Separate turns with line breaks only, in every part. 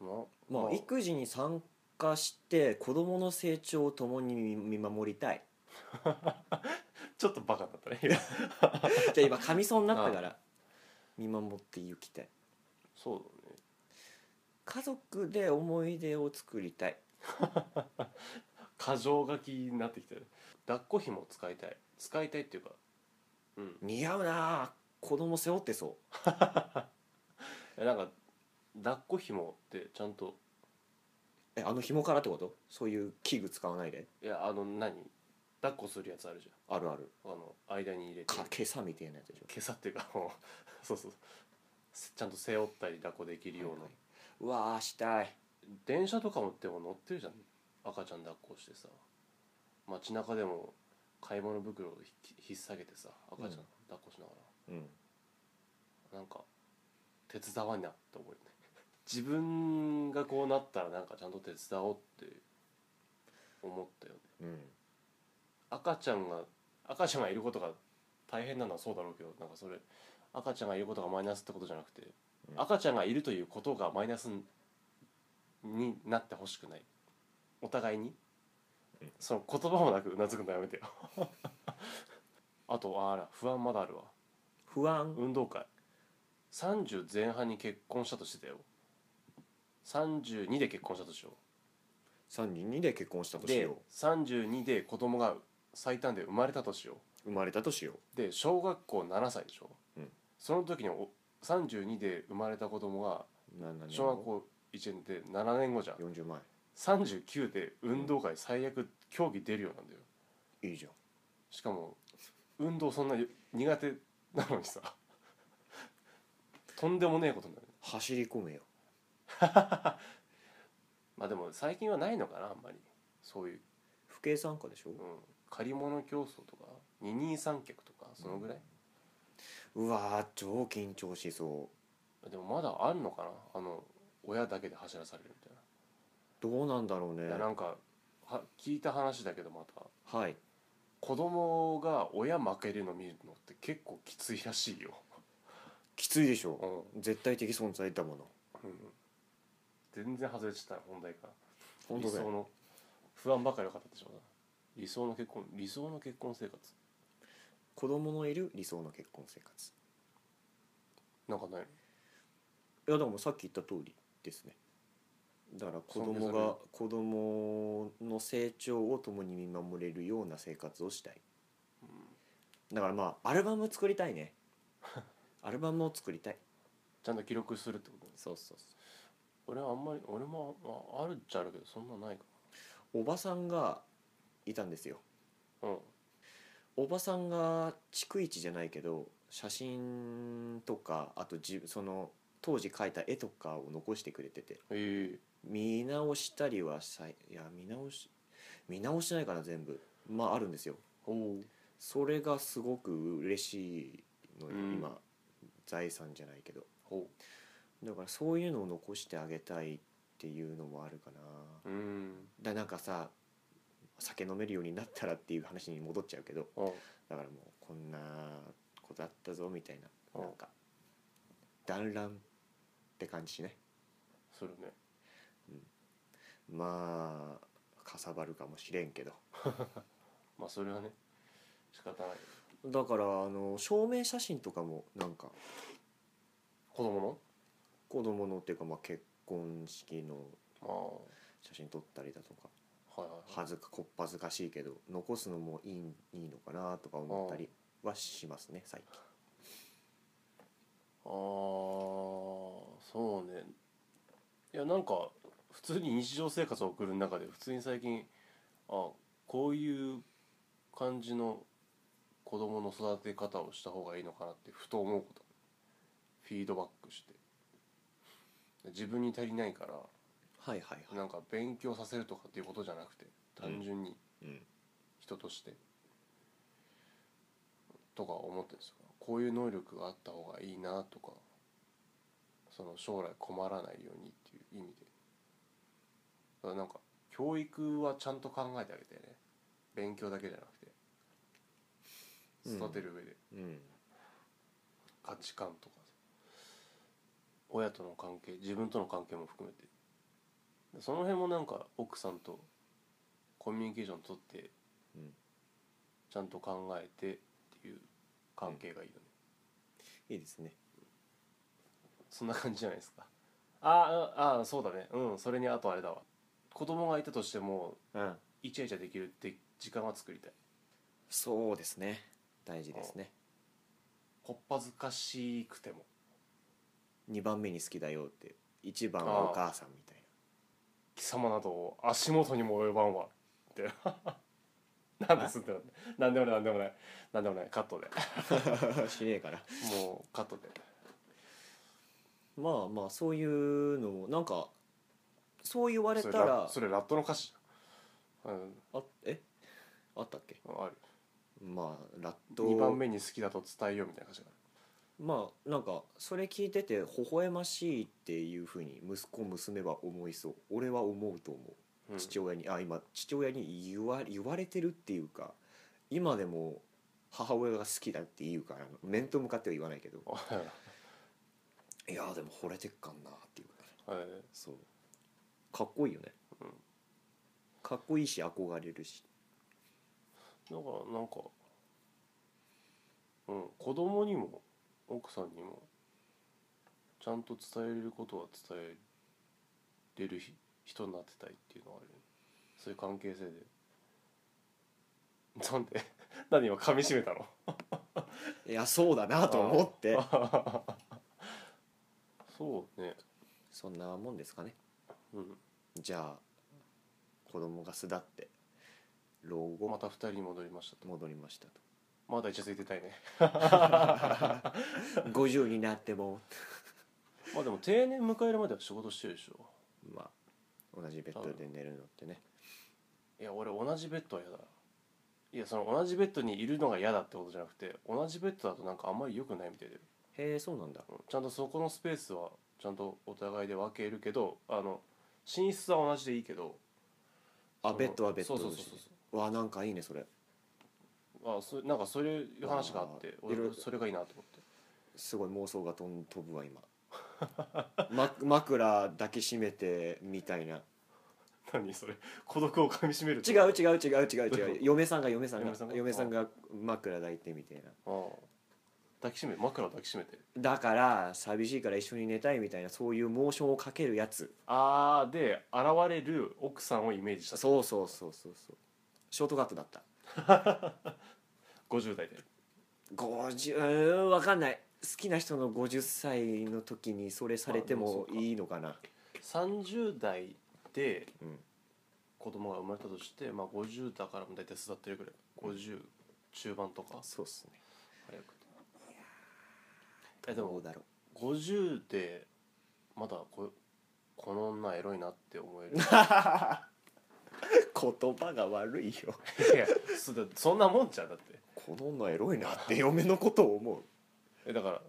うんま
まあ、育児に参加して子どもの成長を共に見守りたい
ちょっとバカだったね今
じゃあ今かみそうになっ たから見守っていきたい
そうだね
家族で思い出を作りたい
過剰書きになってきてる抱っこひも使いたい使いたいっていうかうん
似合うなあ子供背負ってそ
いやなんか抱っこひもってちゃんと
うえあの紐からってことそういう器具使わないで
いやあの何抱っこするやつあるじ
あるある
ゃんあの間に入れて
かけさみたいなやつでしょ
今朝っていうかもう そうそうせちゃんと背負ったり抱っこできるような、
うわあしたい
電車とかもでも乗ってるじゃん赤ちゃん抱っこしてさ街中でも買い物袋をひひっさげてさ赤ちゃん抱っこしなが
うん
ら、なんか手伝わんなって思うよね 自分がこうなったらなんかちゃんと手伝おうって思ったよね
うん
赤ちゃんが赤ちゃんがいることが大変なのはそうだろうけどなんかそれ赤ちゃんがいることがマイナスってことじゃなくて、
うん
赤ちゃんがいるということがマイナスになってほしくないお互いに、
うん
その言葉もなくうなずくのやめてよ あとあら不安まだあるわ
不安
運動会30前半に結婚したとしてたよ32で結婚したとしよう
32で結婚したとし
で
よ
32で子供が最短で生まれたとしよう
う生まれたとしよ
で小学校7歳でしょ、
うん
その時にお32で生まれた子供が
うな何
小学校1年で7年後じゃん
40万
39で運動会最悪競技出るようなんだよ
円いいじゃん
しかも運動そんなに苦手なのにさとんでもねえことになる
走り込めよ
まあでも最近はないのかなあんまりそういう、
不敬参加でしょ
うん、借り物競争とか二人三脚とかそのぐらい、
うわー超緊張しそう
でもまだあるのかなあの親だけで走らされるみたいな
どうなんだろうね
いやなんかは聞いた話だけどまた
はい
子供が親負けるの見るのって結構きついらしいよ、
きついでし
う
ょ
ん
絶対的存在だもの
全然外れちゃった本題から
本
理
当だ
想
よ
の不安ばかりが語ってしまうな理想の結婚理想の結婚生活
子供のいる理想の結婚生活
なんかない
いやでもさっき言った通りですねだから子供が子供の成長を共に見守れるような生活をしたい、だからまあアルバム作りたい ねアルバムを作りたい
ちゃんと記録するってこと
そうそう
俺はあんまり俺も、まあ、あるっちゃあるけどそんなないか
そうおばさんがいたんですよ
なうん
おばさんが逐一じゃないけど写真とかあとじその当時描いた絵とかを残してくれてて
ええ
見直したりはさいや見直し見直しないかな全部まああるんですよ
おお
それがすごく嬉しいのよ、
うん
今財産じゃないけど
ほ
だからそういうのを残してあげたいっていうのもあるかな
ううん
だなんかさ酒飲めるようになったらっていう話に戻っちゃうけど
うん
だからもうこんなことあったぞみたいな
うん
なんか団らんって感じね
するね
まあかさばるかもしれんけど
まあそれはね仕方ない
だからあの証明写真とかもなんか
子供の
子供のっていうかまあ結婚式の
まあ
写真撮ったりだとか
はいはいはい
恥ずかこっぱずかしいけど残すのもいいいいのかなとか思ったりはしますね最近
ああそうねいやなんか普通に日常生活を送る中で普通に最近あこういう感じの子供の育て方をした方がいいのかなってふと思うことフィードバックして自分に足りないから
はいはいはい
なんか勉強させるとかっていうことじゃなくて単純に
うん
人としてとか思ってるんですよこういう能力があった方がいいなとかその将来困らないようにっていう意味でだからなんか教育はちゃんと考えてあげてね勉強だけじゃなく
うん
て育てる上で
うん
価値観とかさ親との関係自分との関係も含めてその辺もなんか奥さんとコミュニケーション取って
うん
ちゃんと考えてっていう関係がいいよね、
いいですね
そんな感じじゃないですかあああそうだねうんそれにあとあれだわ子供がいたとしても
うん
イチャイチャできるって時間は作りたい
そうですね大事ですね
こっぱずかしくても
2番目に好きだよって1番はお母さんみたい
貴様など足元にも及ばんわって なんですってなんでもないなんでもないなんでもないカットで
なしねえから
もうカットで
まあまあそういうのもなんかそう言われ
そ
た
れ
ら
ラそれラットの歌詞じゃん、うん、
あえあったっけ
ある
まあラット
2番目に好きだと伝えようみたいな歌詞があ
まあなんかそれ聞いてて微笑ましいっていうふうに息子娘は思いそう俺は思うと思う
る、うん、
父親にあ今父親に言わ言われてるっていうか今でも母親が好きだって言うから面と向かっては言わないけどいやーでも惚れてっかんなっていうから
はい
そうかっこいいよね、
うん
かっこいいし憧れるし
だからなんか、うん、子供にも奥さんにもちゃんと伝えれることは伝えれるひ人になってたいっていうのはあるよねそういう関係性で なんで 何今噛み締めたの
いやそうだなと思って
そうね
そんなもんですかね
うん
じゃあ子供が巣立って老後
また二人に戻りましたと
戻りましたと
まだイチャついてたいね
50になっても
まあでも定年迎えるまでは仕事してるでしょ
まあ同じベッドで寝るのってね
いや俺同じベッドは嫌だいやその同じベッドにいるのが嫌だってことじゃなくて同じベッドだとなんかあんまり良くないみたいで、
へえそうなんだ
うんちゃんとそこのスペースはちゃんとお互いで分けるけどあの寝室は同じでいいけど
あ
その
ベッドはベッド
そう
だ
そうそ
し
う
わあなんかいいねそれ
そうあそなんかそういう話があって
あー
俺
いろいろ
それがいいなと思って
すごい妄想がとん飛ぶわ今、ま、枕抱きしめてみたいな
何それ孤独をかみしめる
違う違う違う違う違う嫁さんが嫁さん
嫁さん
が
が
嫁さんが枕抱いてみたいな
ああ抱きしめ枕を抱きしめて
だから寂しいから一緒に寝たいみたいなそういうモーションをかけるやつ
ああで現れる奥さんをイメージした
そうそうそうそうそうショートカットだった
50代で
50うーんわかんない好きな人の50歳の時にそれされて
まあで
も
もそうか
いいのかな
30代で
うん
子供が生まれたとして、まあ、50だからも大体巣立ってるぐらい50中盤とか
そうっすね
早くえで
ど
も
うだろう
50でまだここの女エロいなって思え る
言葉が悪いよ
いやそだそんなもんじゃんだって
この女エロいなって嫁のことを思う
えだから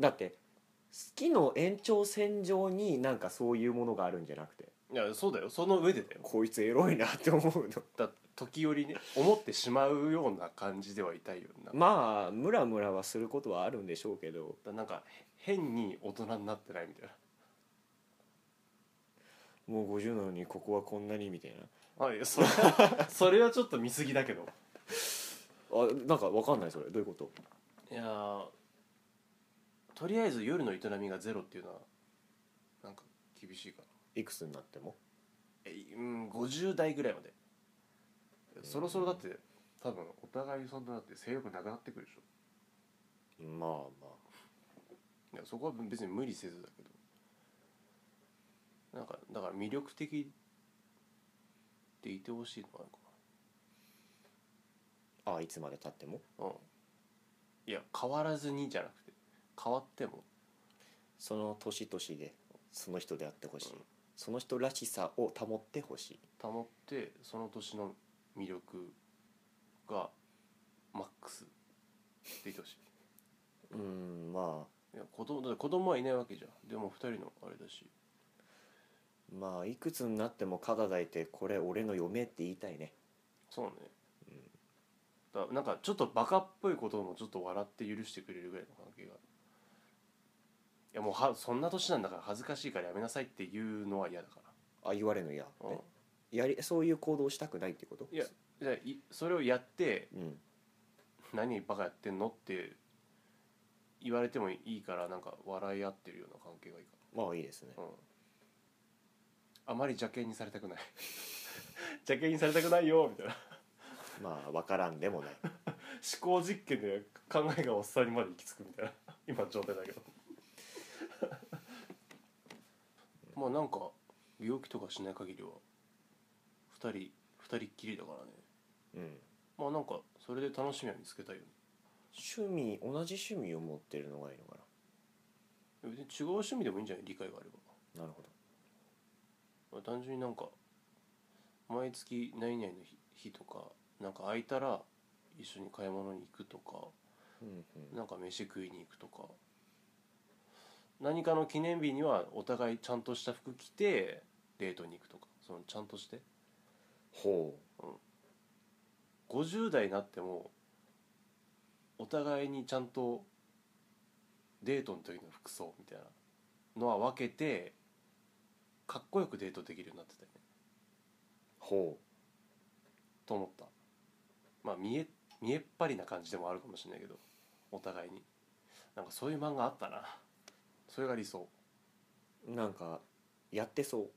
だって好きの延長線上になんかそういうものがあるんじゃなくて
いやそうだよその上でだよ
こいつエロいなって思うの
だ時折ね思ってしまうような感じではいたいよな
まあムラムラはすることはあるんでしょうけど
だなんかへ変に大人になってないみたい
もう50なのにここはこんなにみたいな
なあいやそれそれはちょっと見過ぎだけど
あなんかわかんないそれどういうこと
いやーとりあえず夜の営みがゼロっていうのはなんか厳しいかない
くつになっても
えうん50代ぐらいまでそろそろだって多分お互いそんなだって性欲なくなってくるでしょ
まあまあ
いやそこは別に無理せずだけどなんかだから魅力的でいてほしいのはあるか
あいつまでたっても
なうんいや変わらずにじゃなくて変わっても
その年々でその人であってほしい、その人らしさを保ってほしい
保ってその年の魅力がマックスでいてほし
うんま
いいや子供だって子供はいないわけじゃんでも二人のあれだし
あまあいくつになっても肩抱いてこれ俺の嫁って言いたいね
そうね、だなんかちょっとバカっぽいこともちょっと笑って許してくれるぐらいの関係がいやもうはそんな年なんだから恥ずかしいからやめなさいっていうのは嫌だか
あ言われるの嫌、
ら、うん
ねやりそういう行動をしたくないってこと
いやじゃあいそれをやって
うん
何バカやってんのって言われてもいいからなんか笑い合ってるような関係がいいか
まあいいですね
ら、うん、あまり邪険にされたくない 邪険にされたくないよみたいな
まあ分からんでもない
思考実験で考えがおっさんにまで行き着くみたいな今の状態だけど まあなんか病気とかしない限りは2人二人っきりだからね
うん
まあなんかそれで楽しみは見つけたいよね
趣味同じ趣味を持ってるのがいいのか
別に違う趣味でもいいんじゃない理解があれば
ななるほど
まあ単純になんか毎月何々の日日とかなんか空いたら一緒に買い物に行くとか
うんうん
なんか飯食いに行くとか何かの記念日にはお互いちゃんとした服着てデートに行くとかそのちゃんとして
ほ
50代になってもお互いにちゃんとデートの時の服装みたいなのは分けてかっこよくデートできるようになってたよね
うほ
と思ったまあ見え見えっ張りな感じでもあるかもしれないけどお互いになんかそういう漫画あったなそれが理想
うなんかやってそ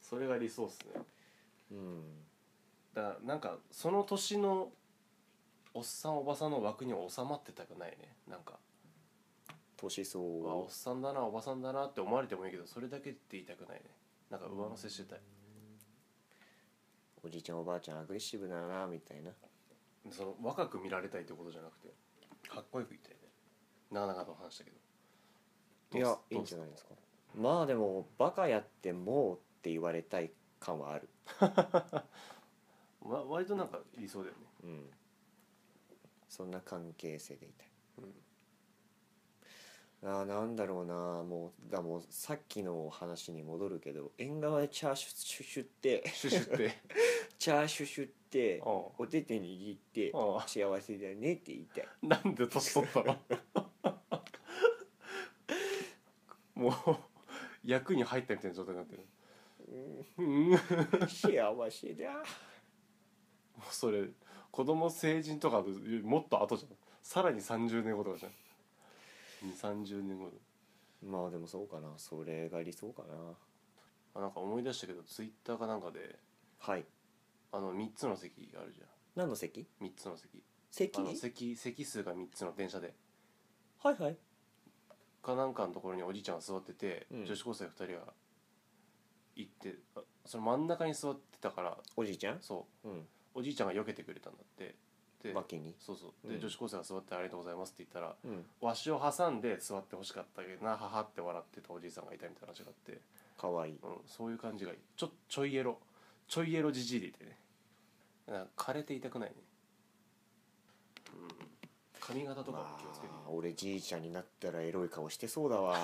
それが理想っすね
ううん
だからなんかその年のおっさんおばさんの枠には収まってたくないねなんか
年相
うわお
応
っさんだなおばさんだなって思われてもいいけどそれだけって言いたくないねなんか上乗せしてたい
おじいちゃんおばあちゃんアグレッシブだなみたいな
その若く見られたいってことじゃなくてかっこよく言いたいねなかなかの話だけど
いやいいんじゃないですかまあでもバカやってもうって言われたい感はある
かわ割となんか理想だよね
うんそんな関係性でいたい
うん
あーなんだろうなもうだもうさっきの話に戻るけど縁側でチャーシュシュシュって
シュシュって
チャーシュシュって
うん
お手手握って
ああ
幸せだねって言いたい
なんで年取ったのもう役に入ったみたいな状態になってるうんもう
幸せだ
それ子供成人とかもっと後じゃんさらに30年後とかじゃん2 3 0年後
まあでもそうかなそれが理想かな
あなんか思い出したけどツイッターかなんかで
はい
あの3つの席あるじゃ
何の席
ん3つの席
席
あの席席数が3つの電車で
はいはい
かなんかのところにおじいちゃんが座ってて、
うん
女子高生2人が行ってあその真ん中に座ってたから
おじいちゃん
そう
うん
おじいちゃんが避けてくれたんだってで
バキに
そうそうで、
うん
女子高生が座って「ありがとうございます」って言ったら
うん
わしを挟んで座ってほしかったけどなははって笑ってたおじいさんがいたみたいな話があって、
かわいい
うん、そういう感じがいいちょちょいエロちょいエロじじいでいてねなんか枯れていたくないね、うん、髪型とかも気をつけて、
まあ俺じいちゃんになったらエロい顔してそう だわ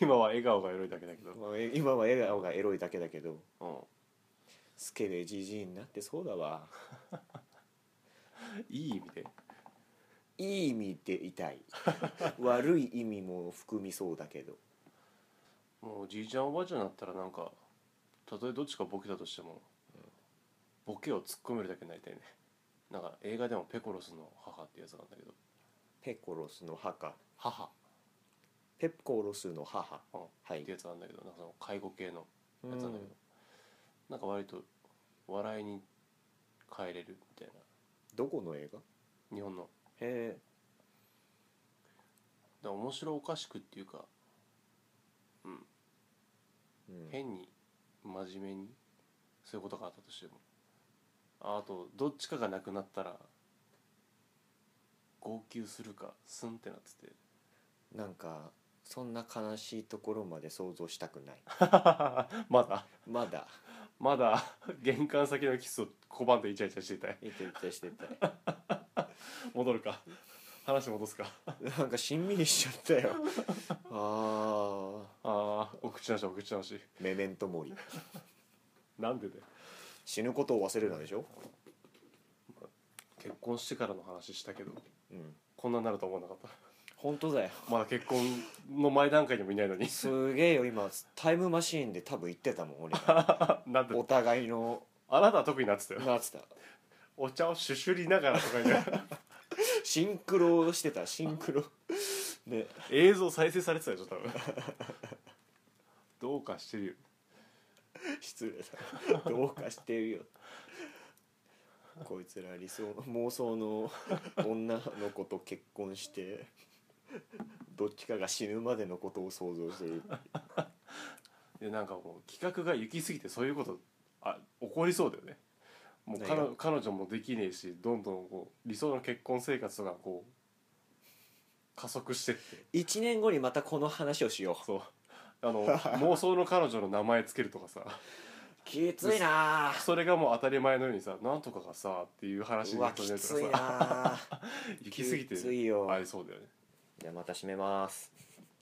今は笑顔がエロいだけだけど、
まあえ今は笑顔がエロいだけだけど
う
スケでじじいになってそうだわ
ん、いい意味で
いい意味で 痛い悪い意味も含みそうだけど
もうおじいちゃんおばあちゃんになったらなんかたとえどっちかボケたとしても、ボケを突っ込めるだけになりたいねなんか映画でも「ペコロスの母」ってやつなんだけど
ペコロスの墓
「母」
ペコロスの母
うんっ
はい
てやつなんだけどなんかその介護系の
う
や
ん
つなんだけど、なんか割と笑いに変えれるみたいな
どこの映画
日本のだか
へえ
ら面白おかしくっていうか、うん、変に真面目にそういうことがあったとしてもああとどっちかがなくなったら号泣するかスンってなってて
なんかそんな悲しいところまで想像した くない
まだ
まだ
まだ玄関先のキスを拒んでイチャイチャしていたい
イチャイチャしてた
戻るか話戻すか
なんかしんみりしちゃったよ ああ
ああお口直しお口直し
メメントモリ
なんでだよ
死ぬことを忘れるなでしょ、
結婚してからの話したけど
うん、
こんなになると思わなかった
本当だよ
まだ結婚の前段階にもいないのに
すげえよ今タイムマシーンで多分言ってたもん俺 ら
なんで
お互いの
あなたは特になってたよ
なんつった
お茶をシュシュりながらとか言いながら
シンクロしてたシンク ロね
映像再生されてたでしょ多分 どうかしてるよ
失礼だどうかしてるよこいつら理想の妄想の女の子と結婚してどっちかが死ぬまでのことを想像してる
でなんかもう企画が行き過ぎてそういうことあ起こりそうだよねもう彼
何
女彼女もできねえしどんどんこう理想の結婚生活とかこう加速してって
1年後にまたこの話をしよう
そうあ の妄想の彼女の名前つけるとかさ
きついなあ
それがもう当たり前のようにさ「なんとかがさ」っていう話
う
に
わ
っ
き
る
つ
と
いな
かさ
あ
行き過ぎて
きついよ
ありそうだよね
じゃあまた締めます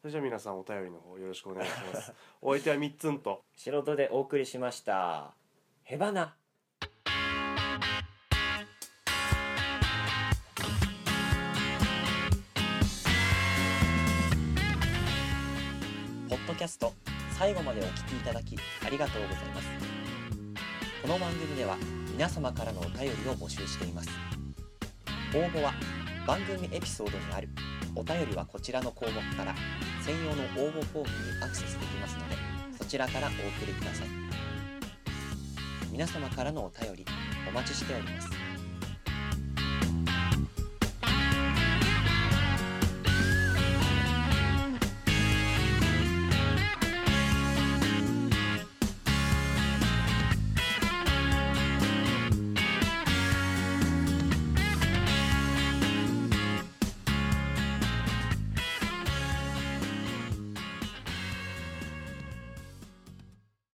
それじゃあ皆さんお便りの方よろしくお願いします お相手はみっつんと
素人でお送りしましたへばなポッドキャスト最後までお聞きいただきありがとうございますこの番組では皆様からのお便りを募集しています応募は番組エピソードにあるお便りはこちらの項目から専用の応募フォームにアクセスできますのでそちらからお送りください皆様からのお便りお待ちしております